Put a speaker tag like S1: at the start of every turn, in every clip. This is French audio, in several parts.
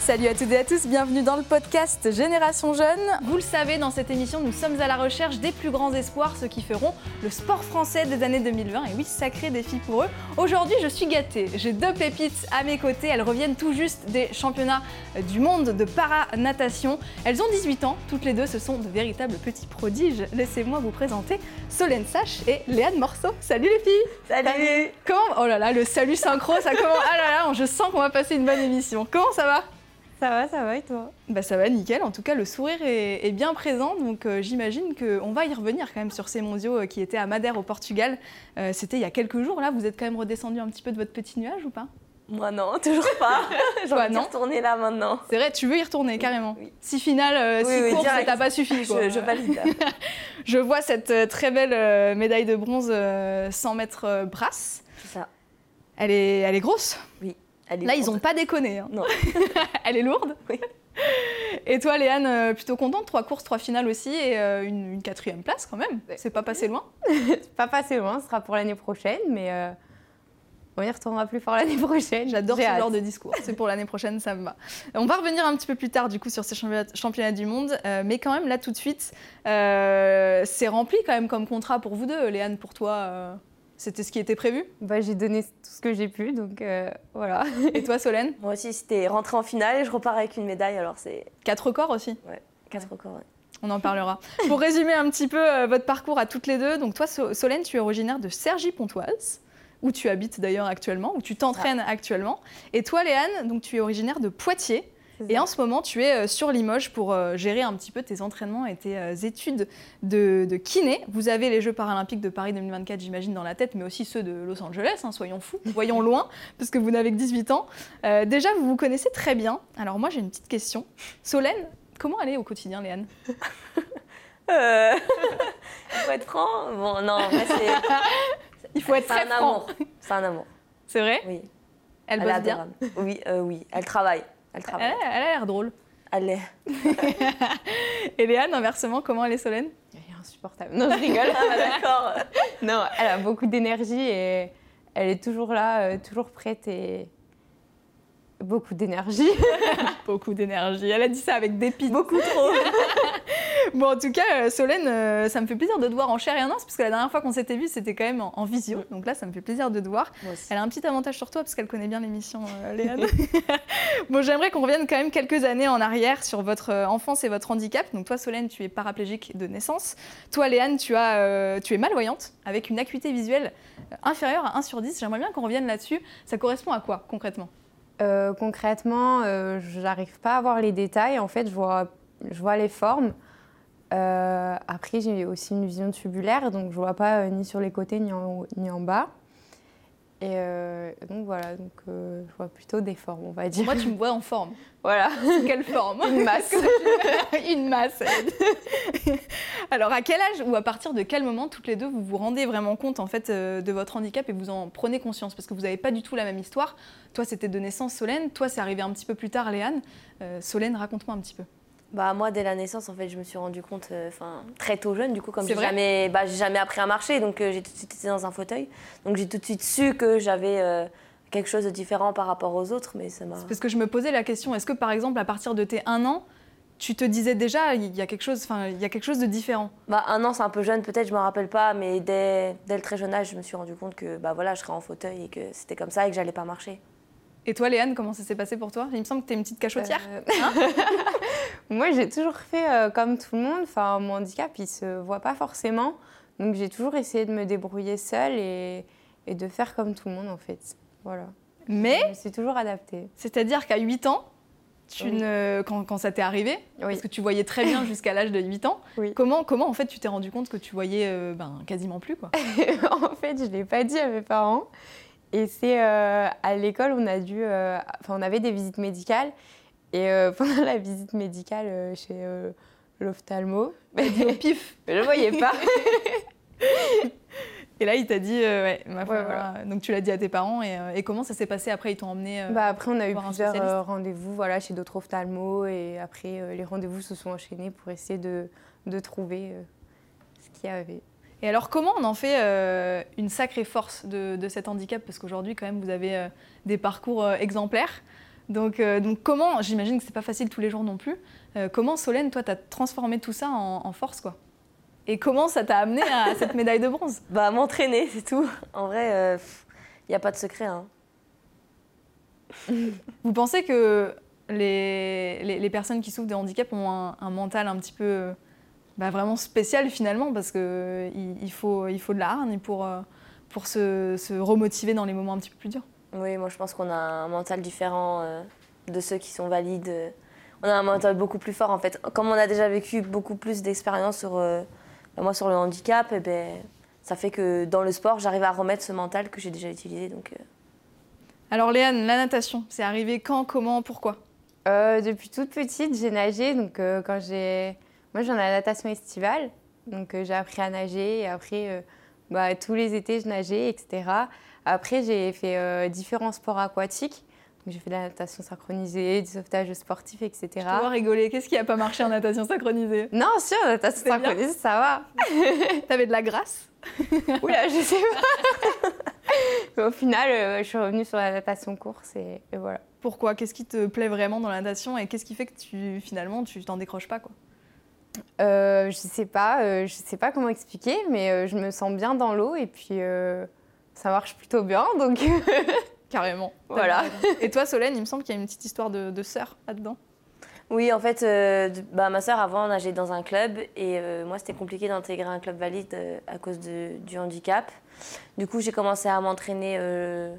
S1: Salut à toutes et à tous, bienvenue dans le podcast Génération Jeune.
S2: Vous le savez, dans cette émission, nous sommes à la recherche des plus grands espoirs, ceux qui feront le sport français des années 2020. Et oui, sacré défi pour eux. Aujourd'hui, je suis gâtée. J'ai deux pépites à mes côtés. Elles reviennent tout juste des championnats du monde de para-natation. Elles ont 18 ans, toutes les deux, ce sont de véritables petits prodiges. Laissez-moi vous présenter Solène Sache et Léane Morceau. Salut les filles
S3: Salut
S2: Comment Oh là là, le salut synchro, ça commence. Ah là là, je sens qu'on va passer une bonne émission. Comment ça va
S3: Ça va, ça va et toi
S2: bah ça va nickel, en tout cas le sourire est, est bien présent, donc euh, j'imagine qu'on va y revenir quand même sur ces mondiaux euh, qui étaient à Madère au Portugal. Euh, C'était il y a quelques jours là, vous êtes quand même redescendu un petit peu de votre petit nuage ou pas
S3: Moi non, toujours pas. J'ai
S2: Toi,
S3: envie de
S2: non.
S3: retourner là maintenant.
S2: C'est vrai, tu veux y retourner carrément
S3: oui.
S2: Si finale, euh,
S3: Oui,
S2: si
S3: oui,
S2: course, ça
S3: direct.
S2: t'a pas suffi quoi.
S3: Je, je valide.
S2: Je vois cette euh, très belle euh, médaille de bronze euh, 100 mètres euh, brasse,
S3: C'est ça.
S2: elle est, elle est grosse.
S3: Allez,
S2: Là ils
S3: on-
S2: ont pas déconné, hein.
S3: Non.
S2: elle est lourde.
S3: Oui.
S2: Et toi Léane, euh, plutôt contente, trois courses, trois finales aussi et euh, une, une quatrième place quand même, c'est pas passé loin
S4: pas passé loin, ce sera pour l'année prochaine, mais euh, on y retournera plus fort l'année prochaine.
S2: J'adore ce
S4: J'ai hâte.
S2: genre de discours. C'est pour l'année prochaine, ça me va. On va revenir un petit peu plus tard, du coup, sur ces championnats, championnats du monde. euh, mais quand même, là, tout de suite, euh, c'est rempli quand même comme contrat pour vous deux. Léane, pour toi, euh, c'était ce qui était prévu.
S4: Bah, j'ai donné tout ce que j'ai pu, donc euh, voilà.
S2: Et toi, Solène
S3: Moi aussi, c'était rentré en finale et je repars avec une médaille, alors c'est
S2: Quatre records aussi.
S3: 4 records. ouais.
S2: On en parlera. pour résumer un petit peu euh, votre parcours à toutes les deux, donc toi, So- Solène, tu es originaire de Cergy-Pontoise, où tu habites d'ailleurs actuellement, où tu t'entraînes actuellement. Et toi, Léane, donc tu es originaire de Poitiers.
S4: C'est
S2: Et
S4: ça.
S2: en ce moment, tu es euh, sur Limoges pour euh, gérer un petit peu tes entraînements et tes euh, études de, de kiné. Vous avez les Jeux paralympiques de Paris 2024, j'imagine, dans la tête, mais aussi ceux de Los Angeles, hein, soyons fous, voyons loin, parce que vous n'avez que 18 ans. Euh, déjà, vous vous connaissez très bien. Alors moi, j'ai une petite question. Solène, comment elle est au quotidien, Léane
S3: Euh... Faut être franc Bon, non, en vrai, c'est
S2: Il faut être
S3: c'est
S2: très
S3: un
S2: franc.
S3: amour. C'est un amour.
S2: C'est vrai
S3: Oui.
S2: Elle,
S3: est
S2: bosse bien
S3: adorable. Oui, euh, oui. Elle travaille. Elle
S2: elle,
S3: travaille.
S2: elle a l'air drôle.
S3: Elle est.
S2: Et Léane, inversement, comment elle est Solène
S4: Elle est insupportable. Non, je rigole.
S3: Ah, bah, d'accord.
S4: non, elle a beaucoup d'énergie et elle est toujours là, euh, toujours prête et beaucoup d'énergie.
S2: Beaucoup d'énergie. Elle a dit ça avec dépit.
S3: Beaucoup trop.
S2: Bon, en tout cas, euh, Solène, euh, ça me fait plaisir de te voir en chair et en os, parce que la dernière fois qu'on s'était vu, c'était quand même en, en visio. Donc là, ça me fait plaisir de te voir.
S3: Moi aussi.
S2: Elle a un petit avantage sur toi, parce qu'elle connaît bien l'émission, euh, Léane. bon, j'aimerais qu'on revienne quand même quelques années en arrière sur votre euh, enfance et votre handicap. Donc toi, Solène, tu es paraplégique de naissance. Toi, Léane, tu, as, euh, tu es malvoyante, avec une acuité visuelle euh, inférieure à 1 sur 10. J'aimerais bien qu'on revienne là-dessus. Ça correspond à quoi, concrètement
S4: Euh, concrètement, euh, j'arrive pas à voir les détails. En fait, je vois, je vois les formes. Euh, après, j'ai aussi une vision tubulaire, donc je vois pas euh, ni sur les côtés ni en haut ni en bas. Et euh, donc voilà, donc euh, je vois plutôt des formes, on va dire.
S2: Moi, tu me vois en forme.
S4: Voilà,
S2: Quelle forme
S4: une masse.
S2: Une masse. Alors, à quel âge ou à partir de quel moment toutes les deux vous vous rendez vraiment compte en fait euh, de votre handicap et vous en prenez conscience parce que vous n'avez pas du tout la même histoire. Toi, c'était de naissance Solène. Toi, c'est arrivé un petit peu plus tard, Léane. Euh, Solène, raconte-moi un petit peu.
S3: Bah moi dès la naissance en fait je me suis rendu compte euh, enfin très tôt jeune du coup comme
S2: C'est
S3: j'ai
S2: vrai
S3: jamais bah, j'ai jamais appris à marcher donc euh, j'ai tout de suite été dans un fauteuil donc j'ai tout de suite su que j'avais euh, quelque chose de différent par rapport aux autres mais ça m'a
S4: Ah.
S2: C'est Parce que je me posais la question. Est-ce que par exemple, à partir de tes 1 an, tu te disais déjà il y a quelque chose, enfin il y a quelque chose de différent.
S3: bah un an c'est un peu jeune peut-être je me rappelle pas mais dès, dès le très jeune âge je me suis rendu compte que bah voilà je serais en fauteuil et que c'était comme ça et que j'allais pas marcher
S2: Et toi, Léane, comment ça s'est passé pour toi Il me semble que tu es une petite cachotière.
S4: Euh, Moi, j'ai toujours fait euh, comme tout le monde. Enfin, mon handicap, il se voit pas forcément. Donc, j'ai toujours essayé de me débrouiller seule et, et de faire comme tout le monde, en fait. Voilà.
S2: Mais
S4: Je me suis toujours adaptée.
S2: C'est-à-dire qu'à 8 ans, tu
S4: Oui.
S2: ne- quand, quand ça t'est arrivé, parce
S4: Oui.
S2: que tu voyais très bien jusqu'à l'âge de 8 ans,
S4: Oui.
S2: comment, comment en fait tu t'es rendu compte que tu voyais euh, ben, quasiment plus quoi
S4: en fait, je l'ai pas dit à mes parents. Et c'est euh, à l'école, on a dû, euh, enfin, on avait des visites médicales. Et euh, pendant la visite médicale euh, chez euh, l'ophtalmo, bah,
S2: Au pif
S4: je le voyais pas.
S2: Euh, Et là il t'a dit, euh, ouais, ma foi,
S4: Ouais,
S2: voilà. Donc tu l'as dit à tes parents et, euh, et comment ça s'est passé après Ils t'ont emmené euh,
S4: Bah, après, on a eu
S2: voir un
S4: plusieurs
S2: spécialiste.
S4: euh, rendez-vous voilà, chez d'autres ophtalmos et après, euh, les rendez-vous se sont enchaînés pour essayer de, de trouver euh, ce qu'il y avait.
S2: Et alors, comment on en fait euh, une sacrée force de, de cet handicap Parce qu'aujourd'hui, quand même, vous avez euh, des parcours euh, exemplaires. Donc, euh, donc comment, j'imagine que c'est pas facile tous les jours non plus, euh, comment Solène, toi, t'as transformé tout ça en, en force, quoi Et comment ça t'a amené à cette médaille de bronze
S3: Bah, m'entraîner, c'est tout. En vrai, il n'y a pas de secret. hein.
S2: Vous pensez que les, les, les personnes qui souffrent de handicap ont un, un mental un petit peu euh, bah, vraiment spécial finalement parce que euh, il, il faut, il faut de la hargne pour, euh, pour se, se remotiver dans les moments un petit peu plus durs.
S3: Oui, moi je pense qu'on a un mental différent euh, de ceux qui sont valides. euh. On a un mental beaucoup plus fort en fait. Comme on a déjà vécu beaucoup plus d'expérience sur, euh, bah, moi, sur le handicap, eh ben, ça fait que dans le sport, j'arrive à remettre ce mental que j'ai déjà utilisé. Donc, euh,
S2: Alors Léane, la natation, c'est arrivé quand, comment, pourquoi
S4: Euh, depuis toute petite, j'ai nagé. Donc, euh, quand j'ai. Moi, j'en ai la natation estivale. Donc, euh, j'ai appris à nager. Et après, euh, bah, tous les étés, je nageais, etc. Après, j'ai fait euh, différents sports aquatiques. Donc, j'ai fait de la natation synchronisée, du sauvetage sportif, etc.
S2: Je te vois rigoler, qu'est-ce qui a pas marché en natation synchronisée
S4: Non, sûr, la natation
S2: bien.
S4: synchronisée, ça va.
S2: T'avais de la grâce
S4: Oula, je sais pas. Mais au final, euh, je suis revenue sur la natation course et, et voilà.
S2: Pourquoi Qu'est-ce qui te plaît vraiment dans la natation et qu'est-ce qui fait que tu finalement tu t'en décroches pas quoi
S4: Euh, je sais pas, euh, je sais pas comment expliquer, mais euh, je me sens bien dans l'eau et puis euh, ça marche plutôt bien, donc
S2: Carrément.
S4: voilà.
S2: Et toi Solène, il me semble qu'il y a une petite histoire de, de sœur là-dedans.
S3: Oui, en fait, euh, de- bah, ma sœur avant nageait dans un club et euh, moi c'était compliqué d'intégrer un club valide euh, à cause de- du handicap. Du coup, j'ai commencé à m'entraîner euh,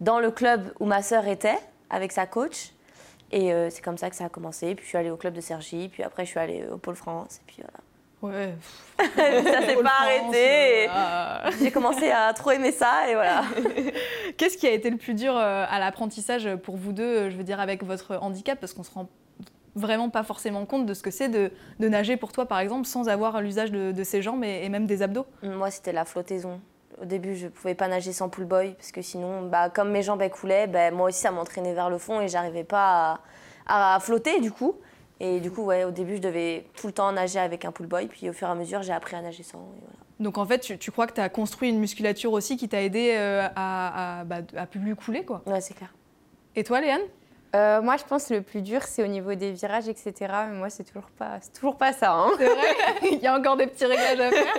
S3: dans le club où ma sœur était avec sa coach et euh, c'est comme ça que ça a commencé. Puis je suis allée au club de Sergi, puis après je suis allée euh, au Pôle France et puis voilà.
S2: Ouais.
S3: ça s'est pas arrêté.
S2: euh,
S3: et J'ai commencé à trop aimer ça et voilà.
S2: Qu'est-ce qui a été le plus dur euh, à l'apprentissage pour vous deux, euh, je veux dire avec votre handicap, parce qu'on se rend vraiment pas forcément compte de ce que c'est de, de nager pour toi par exemple sans avoir l'usage de, de ses jambes et, et même des abdos.
S3: Moi, c'était la flottaison. Au début, je pouvais pas nager sans pull boy parce que sinon, bah, comme mes jambes elles coulaient, bah, moi aussi ça m'entraînait vers le fond et j'arrivais pas à, à flotter du coup. Et du coup, ouais, au début, je devais tout le temps nager avec un pull boy. Puis au fur et à mesure, j'ai appris à nager sans. et voilà.
S2: Donc en fait tu, tu crois que tu as construit une musculature aussi qui t'a aidé euh, à, à, bah, à plus couler quoi.
S3: Ouais, c'est clair.
S2: Et toi Léane
S4: Euh, moi, je pense que le plus dur, c'est au niveau des virages, etc. Mais moi, c'est toujours pas, c'est toujours pas ça. hein.
S2: C'est vrai Il y a encore des petits réglages à faire.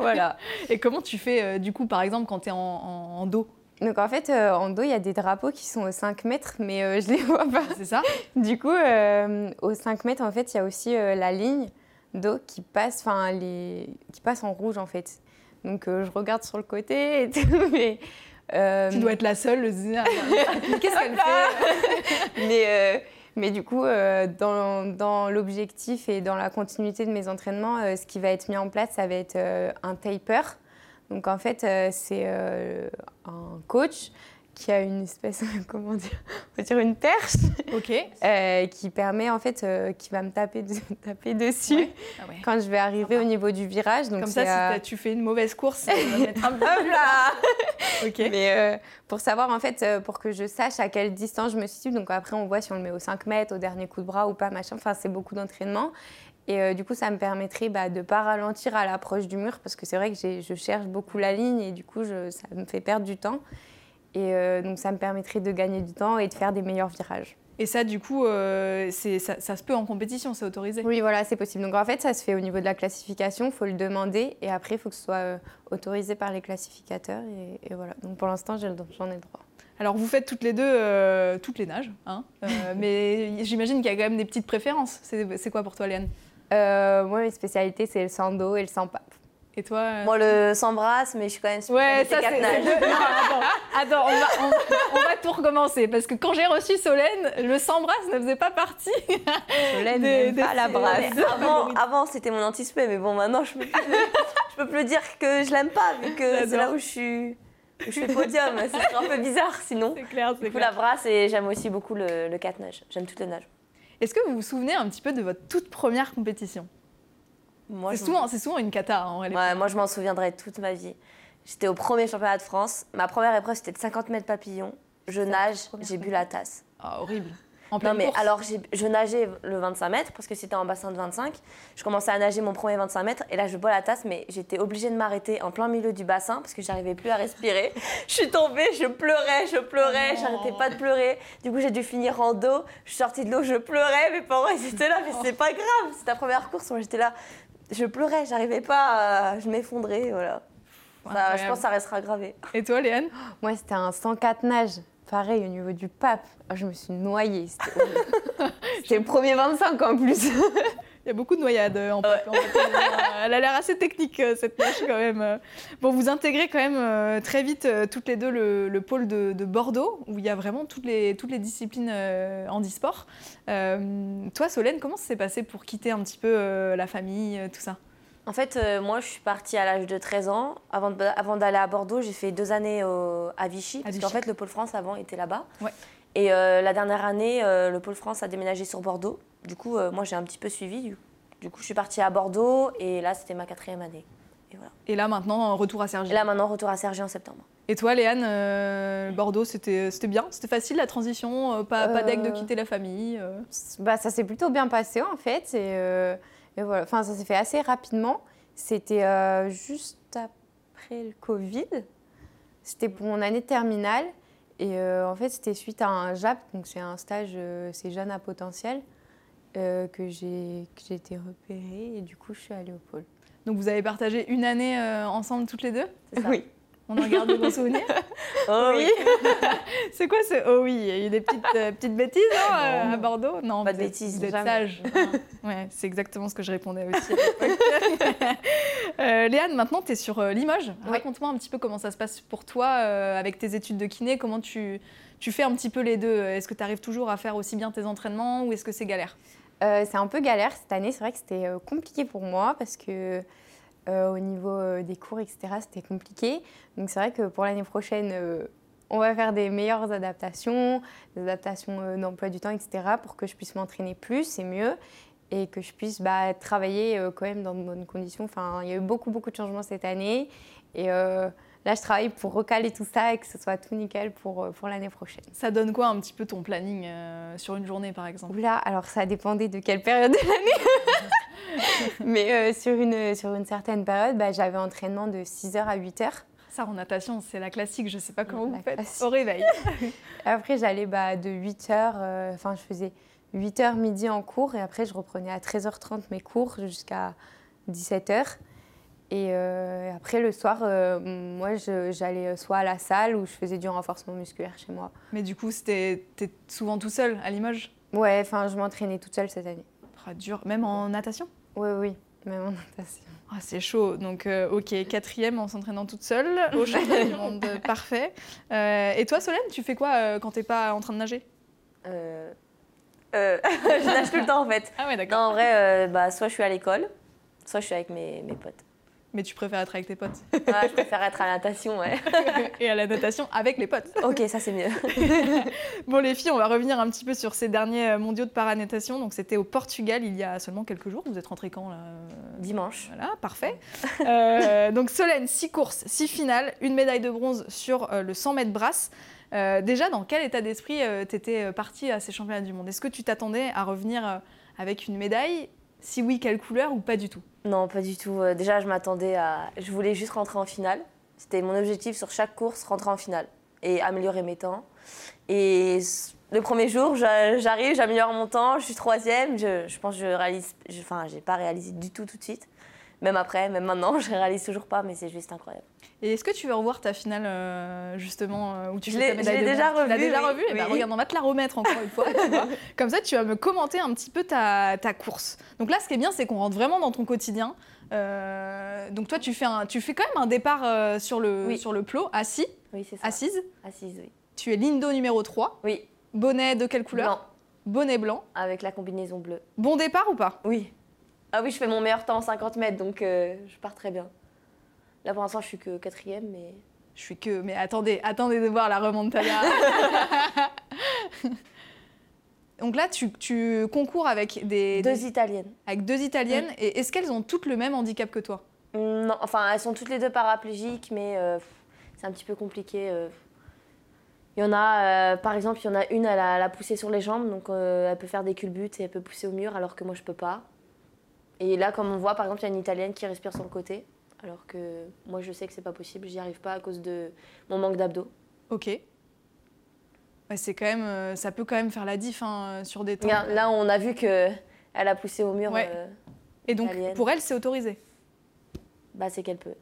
S4: voilà.
S2: Et comment tu fais euh, du coup par exemple quand tu es en, en- en dos
S4: Donc en fait, euh, en dos, il y a des drapeaux qui sont aux 5 mètres, mais euh, je les vois pas.
S2: C'est ça
S4: Du coup, euh, aux 5 mètres, en fait, il y a aussi euh, la ligne d'eau qui passe, enfin, les... qui passe en rouge, en fait. Donc, euh, je regarde sur le côté et tout, mais... euh,
S2: Tu dois être la seule. le- ah, Mais Qu'est-ce qu'elle fait
S4: mais, euh, mais du coup, euh, dans, dans l'objectif et dans la continuité de mes entraînements, euh, ce qui va être mis en place, ça va être euh, un taper. Donc en fait, euh, c'est euh, un coach qui a une espèce, comment dire, on va dire une perche,
S2: Ok.
S4: euh, qui permet en fait, euh, qui va me taper, de- taper dessus
S2: Ouais. Ah ouais.
S4: quand je vais arriver au niveau du virage. Donc
S2: Comme
S4: c'est,
S2: ça,
S4: euh,
S2: si t'as- tu fais une mauvaise course, ça va mettre un peu
S4: Hop
S2: plus
S4: là
S2: Ok.
S4: Mais euh, pour savoir, en fait, euh, pour que je sache à quelle distance je me situe. Donc après, on voit si on le met aux 5 mètres, au dernier coup de bras ou pas, machin. Enfin, c'est beaucoup d'entraînement. Et euh, du coup, ça me permettrait bah, de ne pas ralentir à l'approche du mur parce que c'est vrai que j'ai- je cherche beaucoup la ligne et du coup, je- ça me fait perdre du temps. Et euh, donc, ça me permettrait de gagner du temps et de faire des meilleurs virages.
S2: Et ça, du coup, euh, c'est- ça, ça se peut en compétition, c'est autorisé.
S4: Oui, voilà, c'est possible. Donc en fait, ça se fait au niveau de la classification, il faut le demander et après, il faut que ce soit euh, autorisé par les classificateurs. Et, et voilà. Donc pour l'instant, j'ai le- j'en ai le droit.
S2: Alors, vous faites toutes les deux euh, toutes les nages, hein, euh, mais j'imagine qu'il y a quand même des petites préférences. C'est c'est quoi pour toi, Léane
S4: Euh, moi, mes spécialités, c'est le sans dos et le sans pape.
S2: Et toi euh
S3: Moi, le s'embrasse, mais je suis quand même
S2: Ouais,
S3: spécialisée
S2: ça c'est.
S3: quatre nages.
S2: Non, attends, attends, on, va, on- on va tout recommencer parce que quand j'ai reçu Solène, le s'embrasse ne faisait pas partie.
S4: Solène
S2: Des-
S4: n'aime
S2: des-
S4: pas la
S2: des-
S4: brasse.
S3: Ouais, mais avant, avant c'était mon anti mais bon, maintenant, je peux plus, je peux plus le dire que je l'aime pas vu que c'est
S2: J'adore.
S3: là où je suis, où je suis podium. C'est un peu bizarre sinon.
S2: C'est clair,
S3: Du coup, la brasse et j'aime aussi beaucoup le, le quatre nage. J'aime toutes les nages.
S2: Est-ce que vous vous souvenez un petit peu de votre toute première compétition
S3: Moi,
S2: C'est
S3: je-
S2: souvent, c'est souvent une cata hein, en réalité.
S3: Ouais, moi, je m'en souviendrai toute ma vie. J'étais au premier championnat de France. Ma première épreuve, c'était de 50 mètres papillon. Je nage, j'ai bu la tasse.
S2: Ah, horrible. En
S3: Non
S2: pleine
S3: mais
S2: course.
S3: alors j'ai- je nageais le 25 mètres parce que c'était en bassin de 25. Je commençais à nager mon premier 25 mètres et là je bois la tasse mais j'étais obligée de m'arrêter en plein milieu du bassin parce que j'arrivais plus à respirer. je suis tombée, je pleurais, je
S2: Oh
S3: pleurais,
S2: non.
S3: j'arrêtais pas de pleurer. Du coup j'ai dû finir en dos. Je suis sortie de l'eau, je pleurais. Mes parents ils étaient là mais
S2: Oh.
S3: c'est pas grave, c'est ta première course. Moi j'étais là, je pleurais, j'arrivais pas, à- je m'effondrais voilà. Ça, je
S2: Incroyable.
S3: pense que ça restera gravé.
S2: Et toi, Léane
S4: Moi, c'était un 104 nage. Pareil, au niveau du pape. Ah, Je me suis noyée. C'était horrible. C'était le premier 25 en plus.
S2: Il y a beaucoup de noyades euh, en pape, en fait. Euh, Elle a l'air assez technique, euh, cette nage, quand même. euh. Bon, vous intégrez quand même euh, très vite, euh, toutes les deux, le, le pôle de, de Bordeaux, où il y a vraiment toutes les, toutes les disciplines euh, handisport. Euh, toi, Solène, comment ça s'est passé pour quitter un petit peu euh, la famille, euh, tout ça
S3: En fait, euh, moi, je suis partie à l'âge de 13 ans. Avant, de- avant d'aller à Bordeaux, j'ai fait deux années au- à Vichy, parce
S2: Vichy.
S3: qu'en fait, le Pôle France avant était là-bas.
S2: Ouais.
S3: Et euh, la dernière année, euh, le Pôle France a déménagé sur Bordeaux. Du coup, euh, moi, j'ai un petit peu suivi. Du, du coup, je suis partie à Bordeaux, et là, c'était ma quatrième année.
S2: Et là, maintenant, retour à
S3: Et
S2: Sergi.
S3: là, maintenant, retour à Sergi en septembre.
S2: Et toi, Léane, euh, Bordeaux, c'était c'était bien C'était facile, la transition euh, Pas, pas d'aigle de
S4: Euh,
S2: quitter la famille euh.
S4: Bah, ça s'est plutôt bien passé en fait. Et, euh, et voilà. Enfin, ça s'est fait assez rapidement. C'était euh, juste après le Covid. C'était pour mon année de terminale. Et euh, en fait, c'était suite à un JAP, donc c'est un stage, euh, c'est jeunes à potentiel, euh, que j'ai que j'ai été repérée. Et du coup, je suis allée au pôle.
S2: Donc, vous avez partagé une année euh, ensemble, toutes les deux
S3: C'est ça.
S2: On en garde de bons souvenirs
S3: Oh oui.
S2: C'est quoi ce oh oui Il y a eu des petites, euh, petites bêtises hein, euh, à Bordeaux Non,
S3: Pas
S2: vous
S3: de
S2: êtes-
S3: bêtises,
S2: Vous êtes
S3: jamais.
S2: sage. ouais, c'est exactement ce que je répondais aussi. à l'époque. euh, Léane, maintenant tu es sur euh, Limoges.
S4: Oui.
S2: Raconte-moi un petit peu comment ça se passe pour toi euh, avec tes études de kiné. Comment tu, tu fais un petit peu les deux Est-ce que tu arrives toujours à faire aussi bien tes entraînements ou est-ce que c'est galère
S4: Euh, c'est un peu galère cette année. C'est vrai que c'était euh, compliqué pour moi parce que euh, au niveau euh, des cours, etc., c'était compliqué. Donc c'est vrai que pour l'année prochaine, euh, on va faire des meilleures adaptations, des adaptations euh, d'emploi du temps, etc., pour que je puisse m'entraîner plus et mieux et que je puisse bah, travailler euh, quand même dans de bonnes conditions. Enfin, il y a eu beaucoup, beaucoup de changements cette année. Et euh, là, je travaille pour recaler tout ça et que ce soit tout nickel pour, euh, pour l'année prochaine.
S2: Ça donne quoi un petit peu ton planning euh, sur une journée par exemple
S4: Oula, alors ça dépendait de quelle période de l'année. Mais euh, sur, une, sur une certaine période, bah, j'avais entraînement de 6h à 8h.
S2: Ça en natation, c'est la classique. Je sais pas comment
S4: La
S2: vous faites
S4: classique.
S2: au réveil.
S4: Après, j'allais bah, de 8h, enfin, je faisais 8h midi en cours et après, je reprenais à 13h30 mes cours jusqu'à 17h. Et euh, après, le soir, euh, moi, je- j'allais soit à la salle ou je faisais du renforcement musculaire chez moi.
S2: Mais du coup, c'était t'es souvent tout seul à Limoges
S4: Ouais, enfin, je m'entraînais toute seule cette année.
S2: Ah, dur, même en natation.
S4: Oui, oui, même en natation.
S2: Ah, c'est chaud. Donc, euh, ok, quatrième en s'entraînant toute seule, au championnat du monde, parfait. Euh, et toi, Solène, tu fais quoi euh, quand t'es pas en train de nager
S3: Euh, euh, je nage tout le temps, en fait.
S2: Ah ouais,
S3: Non, en vrai, euh, bah, soit je suis à l'école, soit je suis avec mes, mes potes.
S2: Mais tu préfères être avec tes potes
S3: Ouais, je préfère être à la natation, ouais.
S2: et à la natation avec les potes.
S3: ok, ça, c'est mieux.
S2: Bon, les filles, on va revenir un petit peu sur ces derniers euh, mondiaux de paranatation. Donc, c'était au Portugal il y a seulement quelques jours. Vous êtes rentrés quand là euh,
S3: Dimanche.
S2: Voilà, parfait. Euh, donc Solène, 6 courses, 6 finales, une médaille de bronze sur euh, le 100 mètres brasse. Euh, déjà, dans quel état d'esprit euh, t'étais euh, partie à ces championnats du monde Est-ce que tu t'attendais à revenir euh, avec une médaille Si oui, quelle couleur ou pas du tout
S3: Non, pas du tout. Euh, Déjà, je m'attendais à. Je voulais juste rentrer en finale. C'était mon objectif sur chaque course, rentrer en finale et améliorer mes temps. Et s- le premier jour, j'a- j'arrive, j'améliore mon temps, je suis troisième. Je, je pense que je réalise. je- Enfin, j'ai pas réalisé du tout tout de suite. Même après, même maintenant, je réalise toujours pas, mais c'est juste incroyable.
S2: Et est-ce que tu veux revoir ta finale, euh, justement, euh, où tu
S3: Je
S2: fais ta
S3: l'ai-
S2: médaille
S3: je
S2: de
S3: l'ai déjà
S2: bronze Tu l'as
S3: revue,
S2: déjà
S3: oui,
S2: revue Eh ben,
S3: oui.
S2: regarde, on va te la remettre encore une fois. tu vois. Comme ça, tu vas me commenter un petit peu ta, ta course. Donc là, ce qui est bien, c'est qu'on rentre vraiment dans ton quotidien. Euh, donc toi, tu fais, un, tu fais quand même un départ euh, sur, le,
S3: Oui.
S2: sur le plot, assis,
S3: Oui, c'est ça.
S2: assise.
S3: Assise, oui.
S2: Tu es lindo numéro 3.
S3: Oui.
S2: Bonnet de quelle couleur
S3: Blanc,
S2: Bonnet blanc.
S3: avec la combinaison bleue.
S2: Bon départ ou pas
S3: Oui. Ah oui, je fais mon meilleur temps en 50 mètres, donc euh, je pars très bien. Là, pour l'instant, je suis que quatrième, mais.
S2: Je suis que... Mais attendez, attendez de voir la remontada. Donc là, tu, tu concours avec des,
S3: Deux italiennes.
S2: avec deux Italiennes. Et est-ce qu'elles ont toutes le même handicap que toi
S3: Non, enfin, elles sont toutes les deux paraplégiques, mais euh, pff, c'est un petit peu compliqué. euh. Il y en a, euh, par exemple, il y en a une, elle a, elle a poussé sur les jambes, donc euh, elle peut faire des culbutes et elle peut pousser au mur, alors que moi je peux pas. Et là, comme on voit, par exemple, il y a une italienne qui respire sur le côté, alors que moi je sais que c'est pas possible, j'y arrive pas à cause de mon manque d'abdos.
S2: Ok. Ouais, c'est quand même, euh, ça peut quand même faire la diff hein, euh, sur des temps.
S3: Regarde, là, on a vu que elle a poussé au mur,
S2: Ouais.
S3: euh,
S2: Et donc,
S3: italienne.
S2: pour elle, c'est autorisé.
S3: bah c'est qu'elle peut.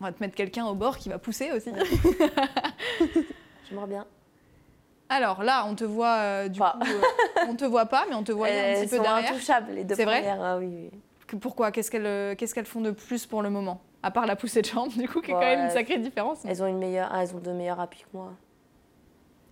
S2: On va te mettre quelqu'un au bord qui va pousser aussi.
S3: J'aimerais bien.
S2: Alors là, on te voit euh, du
S3: Pas.
S2: coup, euh, on te voit pas, mais on te voit un
S3: Elles
S2: petit peu
S3: sont
S2: derrière.
S3: intouchables, les deux
S2: C'est vrai
S3: premières. Ah, oui, oui.
S2: Que- Pourquoi Qu'est-ce qu'elles euh, qu'est-ce qu'elles font de plus pour le moment À part la poussée de jambe, du coup, qui est quand
S3: Ouais.
S2: même une sacrée différence.
S3: Elles ont une meilleure, ah, elles ont de meilleurs appuis que moi.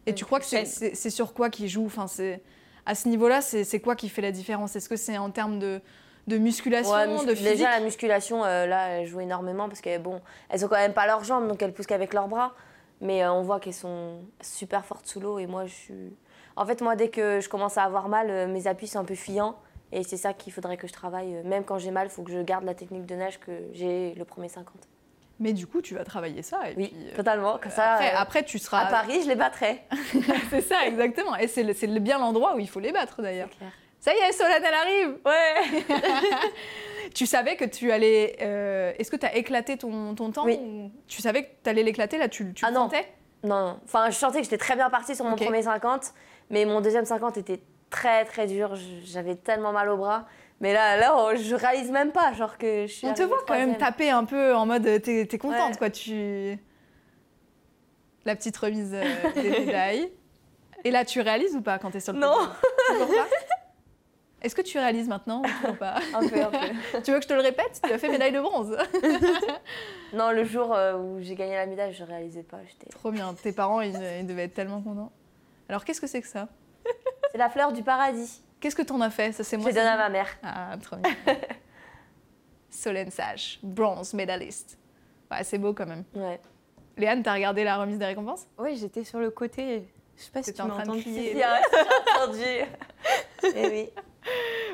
S2: Et tu crois que c'est- c'est c'est sur quoi qu'ils jouent enfin, c'est- À ce niveau-là, c'est c'est quoi qui fait la différence Est-ce que c'est en termes de, de musculation,
S3: Ouais, muscu-
S2: de physique
S3: Déjà, la musculation, euh, là, elles jouent énormément parce que, bon, elles ont quand même pas leurs jambes, donc elles poussent qu'avec leurs bras. Mais euh, on voit qu'elles sont super fortes sous l'eau et moi, je suis. En fait, moi, dès que je commence à avoir mal, euh, mes appuis sont un peu fuyants et c'est ça qu'il faudrait que je travaille. euh, Même quand j'ai mal, il faut que je garde la technique de nage que j'ai le premier 50.
S2: Mais du coup, tu vas travailler ça. Et
S3: Oui,
S2: puis, euh,
S3: totalement. Comme ça,
S2: après,
S3: euh,
S2: après, tu seras.
S3: à Paris, je les battrai.
S2: C'est ça, exactement. Et c'est le- c'est le- bien l'endroit où il faut les battre d'ailleurs.
S3: C'est clair.
S2: Ça y est, Solane, elle arrive
S3: Ouais.
S2: Tu savais que tu allais. euh, Est-ce que tu as éclaté ton, ton temps
S3: Oui.
S2: ou- Tu savais que tu allais l'éclater là Tu, tu
S3: Ah
S2: le
S3: non.
S2: sentais
S3: Non, non. Enfin, je sentais que j'étais très bien partie sur mon
S2: Ok.
S3: premier 50, mais mon deuxième 50 était très très dur. Je- J'avais tellement mal au bras. Mais là, là, on- je réalise même pas, genre que je suis.
S2: On te
S3: arrivée
S2: voit quand même
S3: troisième.
S2: taper un peu en mode euh, t'es t'es contente,
S3: Ouais.
S2: quoi. Tu. La petite remise euh, des médailles. Et là, tu réalises ou pas quand t'es sur le
S3: Non.
S2: podium Toujours pas Est-ce que tu réalises maintenant ou toujours pas
S3: Un peu, un peu.
S2: Tu veux que je te le répète Tu as fait médaille de bronze.
S3: non, le jour euh, où j'ai gagné la médaille, je réalisais pas. J'étais.
S2: Trop bien. Tes parents, ils, ils devaient être tellement contents. Alors, qu'est-ce que c'est que ça
S3: C'est la fleur du paradis.
S2: Qu'est-ce que t'en as fait Ça, c'est
S3: Je
S2: moi.
S3: l'ai donné
S2: c'est-
S3: à ma mère.
S2: Ah, trop bien. Solène Sage, bronze médaliste. Ouais, c'est beau quand même.
S3: Ouais.
S2: Léane, t'as regardé la remise des récompenses
S4: Oui, j'étais sur le côté. Je sais pas si
S2: T'étais
S4: tu
S2: en
S4: m'as
S2: train de
S4: entendu.
S2: crier.
S3: Si, hein, j'ai entendu. Eh oui.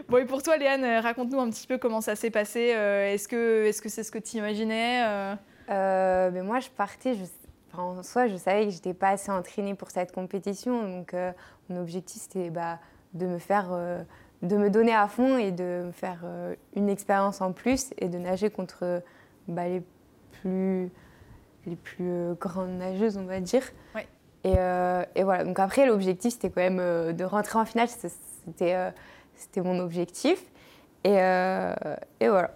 S2: Bon, et pour toi, Léane, euh, raconte-nous un petit peu comment ça s'est passé. Euh, est-ce que est-ce que c'est ce que tu imaginais
S4: Euh, mais moi, je partais. Je... enfin, en soi, je savais que j'étais pas assez entraînée pour cette compétition. Donc, euh, mon objectif, c'était bah, de me faire, euh, de me donner à fond et de me faire euh, une expérience en plus et de nager contre bah, les plus, les plus euh, grandes nageuses, on va dire.
S2: Ouais.
S4: Et, euh, et voilà. Donc après, l'objectif, c'était quand même euh, de rentrer en finale. C'est- C'était, euh, c'était mon objectif. Et, euh, et voilà.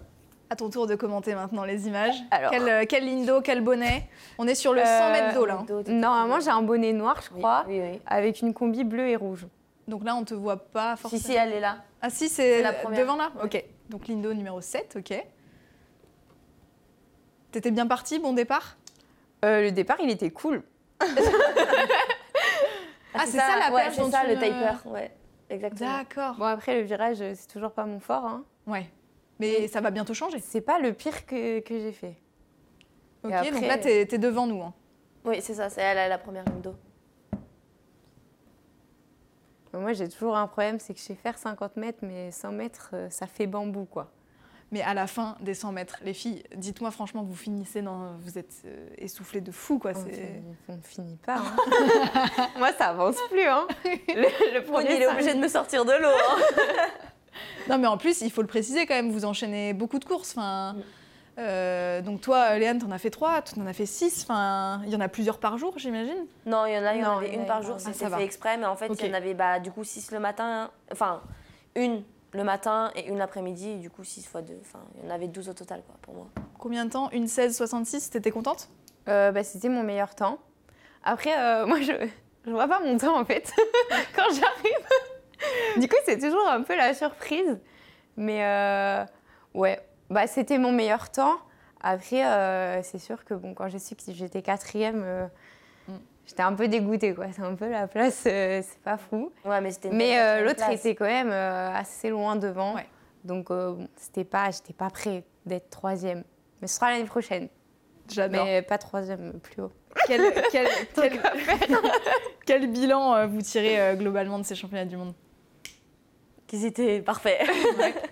S2: À ton tour de commenter maintenant les images.
S4: Alors.
S2: Quelle, euh, quelle ligne d'eau, quel bonnet On est sur le 100
S4: Euh,
S2: mètres d'eau là. hein.
S3: Dos, dos, dos,
S4: Normalement,
S3: dos.
S4: j'ai un bonnet noir, je
S3: Oui,
S4: crois.
S3: Oui, oui.
S4: avec une combi bleue et rouge.
S2: Donc là, on te voit pas
S3: Si,
S2: forcément.
S3: si, elle est là.
S2: Ah si, c'est
S3: C'est la première.
S2: devant là Ok. Donc ligne d'eau numéro 7, ok. T'étais bien parti, bon départ
S4: Euh, le départ, il était cool.
S2: Ah, c'est ça, la
S3: ouais,
S2: perche dont
S3: C'est ça,
S2: tu
S3: le
S2: me-
S3: taper. Ouais, exactement.
S2: D'accord.
S4: Bon, après, le virage, euh, c'est toujours pas mon fort. hein.
S2: Ouais. Mais ça va bientôt changer.
S4: C'est pas le pire que, que j'ai fait.
S2: Ok,
S4: après-
S2: donc là, t'es t'es devant nous. hein.
S3: Oui, c'est ça, c'est elle, elle a la première ligne d'eau.
S4: Bon, Moi, j'ai toujours un problème, c'est que je sais faire 50 mètres, mais 100 mètres, euh, ça fait bambou, quoi.
S2: Mais à la fin des 100 mètres, les filles, dites-moi franchement, vous finissez dans. Vous êtes euh, essoufflées de fou,
S3: Ah,
S2: quoi.
S4: On,
S2: c'est-
S4: finit- on finit pas. hein. Moi, ça avance plus. hein. Le, le
S3: Bon,
S4: premier,
S3: il est
S4: ça-
S3: obligé de me sortir de l'eau. hein.
S2: Non, mais en plus, il faut le préciser quand même, vous enchaînez beaucoup de courses.
S4: Mm.
S2: Enfin. euh, donc toi, euh, Léane, t'en as fait 3, t'en as fait 6, enfin, il y en a plusieurs par jour, j'imagine.
S3: Non, il y en a, il y en
S4: Non,
S3: avait
S4: il y
S3: une
S4: en avait
S3: par
S4: pas.
S3: jour,
S4: Ah,
S2: ça
S3: c'était
S2: va.
S3: fait exprès, mais en fait,
S2: Ok.
S3: il y en avait bah, du coup 6 le matin, enfin, une le matin et une l'après-midi, et du coup 6 fois 2, enfin, il y en avait 12 au total, quoi, pour moi.
S2: Combien de temps Une 16, 66, t'étais contente
S4: Euh, bah, c'était mon meilleur temps. Après, euh, moi, je, je vois pas mon temps en fait quand j'arrive. du coup, c'est toujours un peu la surprise. Mais euh, ouais, bah, c'était mon meilleur temps. Après, euh, c'est sûr que bon, quand j'ai su que j'étais quatrième, euh,
S2: Mm.
S4: j'étais un peu dégoûtée. quoi. C'est un peu la place, euh, c'est pas fou.
S3: Ouais, mais c'était une
S4: Mais euh,
S3: bonne
S4: l'autre
S3: place.
S4: était quand même euh, assez loin devant.
S2: Ouais.
S4: Donc, euh, bon, c'était pas, j'étais pas prêt d'être troisième. Mais ce sera l'année prochaine.
S2: J'adore.
S4: Euh, Mais pas troisième, plus haut.
S2: Quel, quel- quel- quel bilan euh, vous tirez euh, globalement de ces championnats du monde
S3: qu'ils étaient parfaits.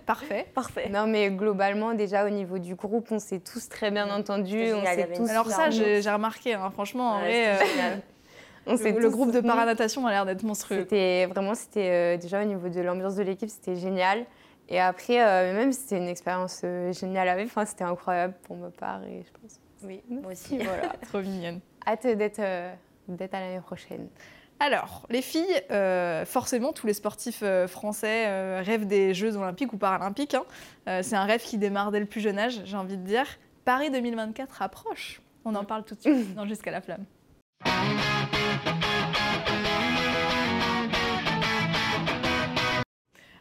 S2: Parfait.
S3: parfaits.
S4: Non, mais globalement, déjà au niveau du groupe, on s'est tous très bien entendus.
S3: génial,
S4: On
S3: il y
S4: s'est
S3: avait
S4: tous.
S3: une-
S2: Alors ça,
S3: Clairement.
S2: j'ai j'ai remarqué, hein, franchement, en
S3: Ouais,
S2: vrai,
S3: c'était
S2: euh,
S3: génial.
S4: on s'est
S2: le,
S4: tous Mm.
S2: groupe de
S4: soutenus.
S2: paranatation a l'air d'être monstrueux.
S4: C'était vraiment, c'était euh, déjà au niveau de l'ambiance de l'équipe, c'était génial. Et après, euh, même c'était une expérience euh, géniale à vivre. Enfin, c'était incroyable pour ma part et je pense.
S3: Oui, moi aussi.
S4: Voilà.
S2: Trop mignonne.
S4: Hâte d'être euh, d'être à l'année prochaine.
S2: Alors, les filles, euh, forcément, tous les sportifs euh, français euh, rêvent des Jeux olympiques ou paralympiques. hein. Euh, c'est un rêve qui démarre dès le plus jeune âge, j'ai envie de dire. Paris 2024 approche. On en parle tout de suite dans Jusqu'à la flamme.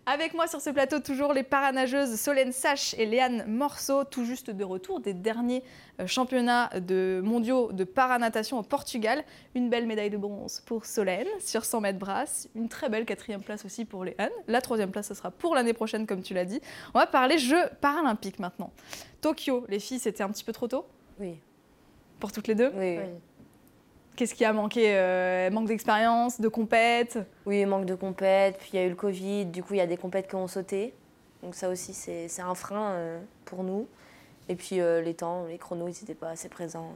S2: Avec moi sur ce plateau, toujours les paranageuses Solène Sache et Léane Morceau, tout juste de retour des derniers euh, championnats de mondiaux de paranatation au Portugal. Une belle médaille de bronze pour Solène sur 100 mètres brasses. Une très belle quatrième place aussi pour les Anne. La troisième place, ça sera pour l'année prochaine, comme tu l'as dit. On va parler Jeux paralympiques maintenant. Tokyo, les filles, c'était un petit peu trop tôt
S3: Oui,
S2: pour toutes les deux.
S3: oui.
S4: Oui.
S2: Qu'est-ce qui a manqué euh, Manque d'expérience, de compète
S3: Oui, manque de compète, puis il y a eu le Covid, du coup il y a des compètes qui ont sauté. Donc ça aussi c'est c'est un frein euh, pour nous. Et puis euh, les temps, les chronos, ils n'étaient pas assez présents.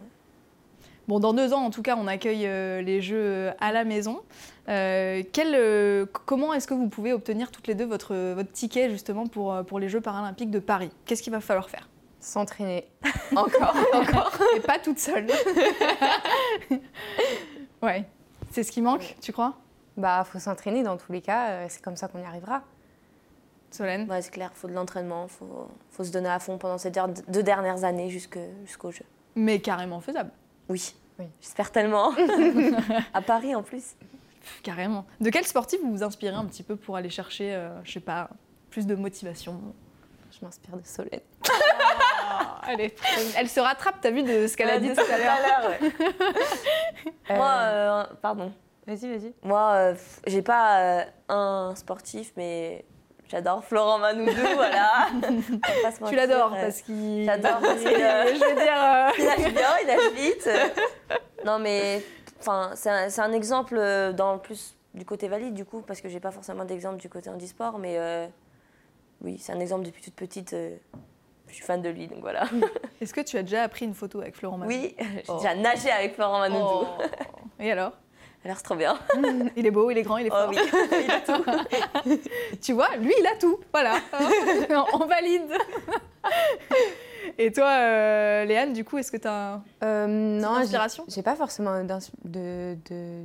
S2: Bon, dans deux ans, en tout cas, on accueille euh, les Jeux à la maison. Euh, quel, euh, c- comment est-ce que vous pouvez obtenir toutes les deux votre, euh, votre ticket justement pour, euh, pour les Jeux paralympiques de Paris Qu'est-ce qu'il va falloir faire
S4: S'entraîner.
S2: Encore, encore. Et pas toute seule. ouais. C'est ce qui manque, tu crois,
S4: Bah, faut s'entraîner dans tous les cas. euh, c'est comme ça qu'on y arrivera.
S2: Solène
S3: Ouais, c'est clair, faut de l'entraînement, faut, faut se donner à fond pendant ces der- deux dernières années jusque- jusqu'au jeu.
S2: Mais carrément faisable.
S3: Oui,
S4: Oui.
S3: j'espère tellement. à Paris en plus.
S2: Pff, carrément. De quel sportif vous vous inspirez un petit peu pour aller chercher, euh, je sais pas, plus de motivation
S4: Je m'inspire de Solène.
S2: Ah, elle, est- elle se rattrape, t'as vu de ce qu'elle a dit tout à l'heure.
S4: Euh,
S3: Moi, euh, pardon.
S4: Vas-y, vas-y.
S3: Moi, euh, pff, j'ai pas euh, un sportif, mais j'adore Florent Manoudou, voilà. On va pas se
S2: Tu
S3: mentir,
S2: l'adores
S3: euh,
S2: parce qu'il.
S3: J'adore. parce que, euh,
S2: Je veux dire. euh,
S3: il nage bien, il nage vite. Non, mais enfin, c'est un, c'est un exemple euh, dans plus du côté valide, du coup, parce que j'ai pas forcément d'exemple du côté handisport, mais euh, oui, c'est un exemple depuis toute petite. euh, je suis fan de lui, donc voilà.
S2: Est-ce que tu as déjà pris une photo avec Florent Manoudou
S3: Oui, j'ai
S2: Oh.
S3: déjà nagé avec Florent Manoudou.
S2: Oh. Et alors
S3: Alors, c'est trop bien.
S2: Il est beau, il est grand, il est
S3: Oh
S2: fort.
S3: oui, il a tout.
S2: Tu vois, lui, il a tout. Voilà. Hein On valide. Et toi, euh, Léane, du coup, est-ce que tu as un...
S4: Euh, non, j'ai-
S2: inspiration
S4: j'ai pas forcément d'ins- de, de-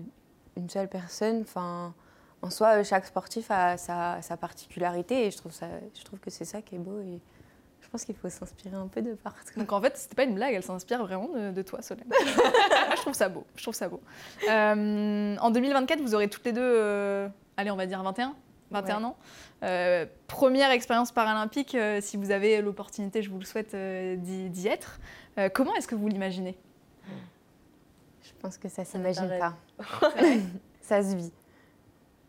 S4: une seule personne. Enfin, en soi, euh, chaque sportif a sa, sa particularité et je trouve, ça, je trouve que c'est ça qui est beau. Et je pense qu'il faut s'inspirer un peu de partout.
S2: Donc en fait, c'était pas une blague, elle s'inspire vraiment de, de toi, Solène. Moi, je trouve ça beau. Je trouve ça beau. Euh, en 2024, vous aurez toutes les deux, euh, allez, on va dire 21 21 ans. Euh, première expérience paralympique, euh, si vous avez l'opportunité, je vous le souhaite, euh, d'y d'y être. Euh, comment est-ce que vous l'imaginez
S4: Je pense que ça
S3: me
S4: s'imagine
S3: paraît-
S4: pas. ça se vit.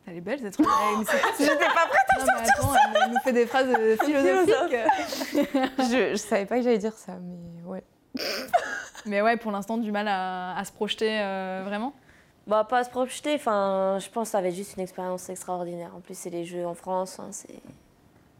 S2: Elle est belle cette phrase. J'étais pas prête à sortir Elle nous fait des phrases euh, philosophiques.
S4: je, je savais pas que j'allais dire ça, mais ouais.
S2: Mais ouais, pour l'instant, du mal à, à se projeter euh, vraiment.
S3: Bah, pas à se projeter, enfin, je pense que ça va être juste une expérience extraordinaire. En plus, c'est les Jeux en France, hein, c'est...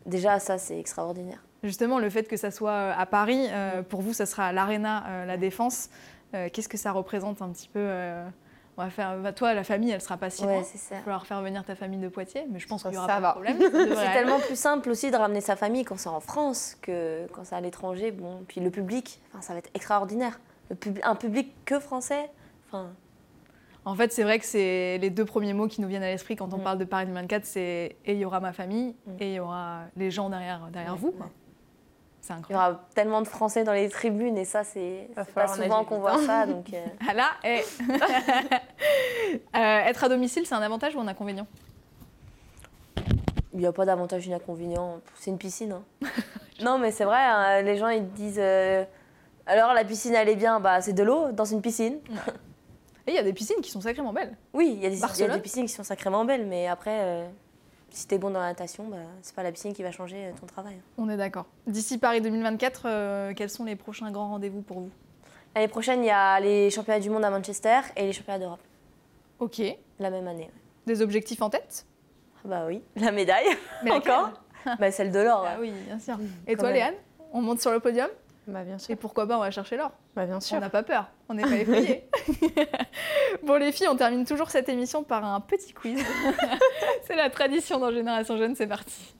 S3: Déjà, ça, c'est extraordinaire.
S2: Justement, le fait que ça soit euh, à Paris, euh, pour vous, ça sera à l'Arena, euh, la Défense. Euh, Qu'est-ce que ça représente un petit peu euh, On va faire. bah, toi, la famille, elle sera pas si loin.
S3: Ouais,
S2: Il
S3: c'est ça.
S2: va falloir faire venir ta famille de Poitiers, mais je pense
S4: Ça,
S2: qu'il y aura pas
S4: ça va.
S2: de problème. ça devrait
S3: C'est
S2: aller.
S3: tellement plus simple aussi de ramener sa famille quand c'est en France que quand c'est à l'étranger. Bon, puis le public, enfin, ça va être extraordinaire. Le pub- un public que français. Enfin,
S2: En fait, c'est vrai que c'est les deux premiers mots qui nous viennent à l'esprit quand on
S3: Mm.
S2: parle de Paris 2024, c'est et il y aura ma famille
S3: Mm.
S2: et il y aura les gens derrière, derrière
S3: Ouais,
S2: vous. quoi.
S3: ouais.
S2: C'est
S3: il y
S2: incroyable.
S3: aura tellement de Français dans les tribunes et ça, c'est
S4: Va
S3: c'est pas
S4: falloir
S3: souvent
S4: nager
S3: qu'on
S4: vite,
S3: voit
S4: hein.
S3: ça. Donc, euh,
S2: Ah là, eh. Euh, être à domicile, c'est un avantage ou un inconvénient
S3: il n'y a pas d'avantage ni d'inconvénient. C'est une piscine. hein. non, mais c'est vrai, hein, les gens, ils te disent euh, alors la piscine, elle est bien, bah, c'est de l'eau dans une piscine.
S2: Et il y a des piscines qui sont sacrément belles.
S3: Oui, il y, a des- il y a
S2: Barcelone.
S3: des piscines qui sont sacrément belles, mais après, euh, si t'es bon dans la natation, bah, c'est pas la piscine qui va changer euh, ton travail.
S2: On est d'accord. D'ici Paris 2024, euh, quels sont les prochains grands rendez-vous pour vous
S3: L'année prochaine, il y a les championnats du monde à Manchester et les championnats d'Europe,
S2: Ok.
S3: la même année.
S2: Des objectifs en tête
S3: Bah oui, la médaille,
S2: Mais laquelle
S3: encore. bah celle de l'or.
S2: Ah
S3: ouais.
S2: oui, bien sûr. Et
S4: quand
S2: toi,
S4: même.
S2: Léane On monte sur le podium
S4: Bah, bien sûr.
S2: et pourquoi pas on va chercher l'or
S4: Bah, bien sûr.
S2: On n'a pas peur, on n'est pas effrayés. bon les filles, on termine toujours cette émission par un petit quiz. c'est la tradition dans Génération Jeune, c'est parti.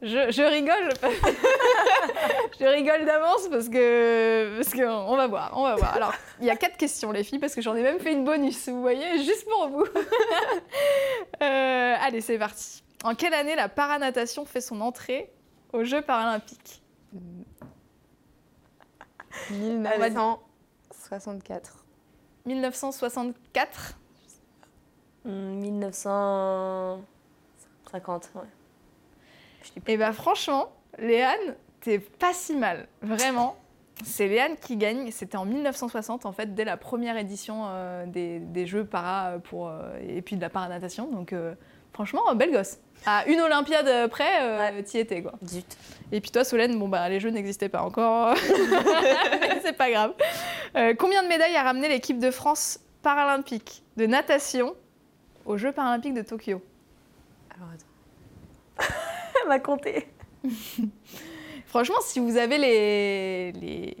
S2: Je, je rigole, je rigole d'avance parce que parce que on va voir, on va voir. Alors il y a quatre questions les filles parce que j'en ai même fait une bonus, vous voyez, juste pour vous. Euh, allez c'est parti. En quelle année la paranatation fait son entrée aux Jeux paralympiques
S4: 1964.
S2: 1964
S3: Hum, 1950, ouais.
S2: Et bah franchement, Léane, t'es pas si mal, vraiment. C'est Léane qui gagne, c'était en 1960 en fait, dès la première édition euh, des, des Jeux para euh, pour, euh, et puis de la paranatation. Donc euh, franchement, euh, belle gosse. À une Olympiade près, euh, t'y étais quoi.
S3: Zut.
S2: Et puis toi, Solène, bon bah les Jeux n'existaient pas encore, Mais c'est pas grave. Euh, combien de médailles a ramené l'équipe de France paralympique de natation aux Jeux paralympiques de Tokyo
S4: Alors attends.
S3: Elle m'a compté.
S2: Franchement, si vous avez les. les...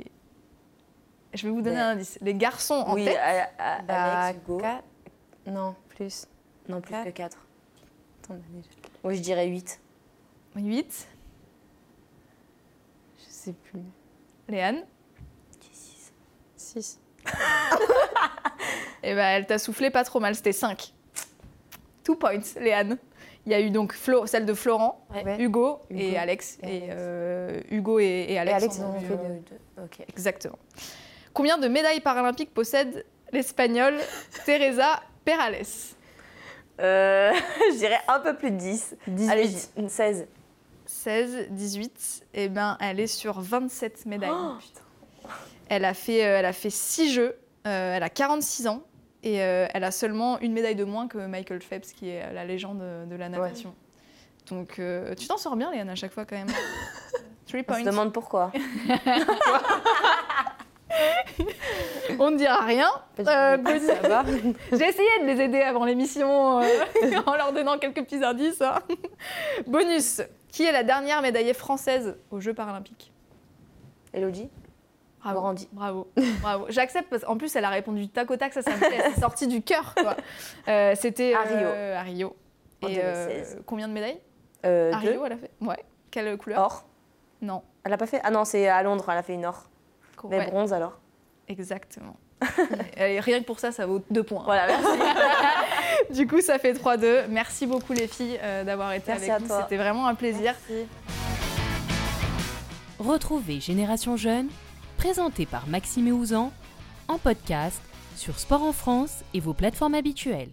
S2: Je vais vous donner
S3: Mais-
S2: un indice. Les garçons en
S3: oui,
S2: tête.
S3: à- à-
S4: Bah,
S3: Alex, Hugo.
S4: quatre- Non, plus.
S3: Non, plus que 4.
S4: Attends, bah, déjà.
S3: Oui, je dirais 8.
S2: 8.
S4: Je sais plus.
S2: Léane.
S3: 6.
S4: 6.
S2: Et ben, elle t'a soufflé pas trop mal. C'était 5. Two points, Léane. Il y a eu donc Flo, celle de Florent,
S3: Ouais.
S2: Hugo,
S4: Hugo
S2: et Alex.
S4: et
S2: Et,
S4: Alex.
S2: euh, Hugo et, et Alex.
S4: Alex,
S2: en ont
S4: ils en ont
S2: eu,
S4: fait
S2: euh,
S4: deux.
S3: Ok.
S2: Exactement. Combien de médailles paralympiques possède l'Espagnole Teresa Perales
S3: Euh, je dirais un peu plus de 10. Allez,
S4: 18.
S3: je dis 16.
S2: 16, 18, et ben elle est sur 27 médailles.
S3: Oh,
S2: elle a fait euh, elle a fait 6 jeux, euh, elle a 46 ans et euh, elle a seulement une médaille de moins que Michael Phelps qui est la légende euh, de la natation. Donc euh, tu t'en sors bien Léane à chaque fois quand même. 3
S3: On
S2: points.
S3: se demande pourquoi.
S2: On ne dira rien. Euh, bonne- J'ai essayé de les aider avant l'émission euh, en leur donnant quelques petits indices. hein. Bonus. Qui est la dernière médaillée française aux Jeux paralympiques
S3: Elodie
S2: Bravo.
S3: Brandy.
S2: Bravo. Bravo. J'accepte parce qu'en plus, elle a répondu tac au tac. Ça, ça me plaît. C'est sorti du cœur. quoi. Euh, C'était
S3: À
S2: euh, à Rio.
S3: En
S2: Et euh,
S3: 2016.
S2: combien de médailles
S3: Euh,
S2: À
S3: deux.
S2: Rio, elle a fait Ouais. Quelle couleur
S3: Or.
S2: Non.
S3: Elle a pas fait. Ah non, c'est à Londres, elle a fait une or. Mais
S2: Ouais,
S3: bronze alors.
S2: Exactement. Et euh, rien que pour ça, ça vaut deux points.
S3: Voilà, merci.
S2: Du coup, ça fait 3-2. Merci beaucoup les filles euh, d'avoir été
S3: Merci à
S2: avec nous.
S3: toi.
S2: C'était vraiment un plaisir.
S5: Retrouvez Génération Jeune, présenté par Maxime et Ouzan, en podcast sur Sport en France et vos plateformes habituelles.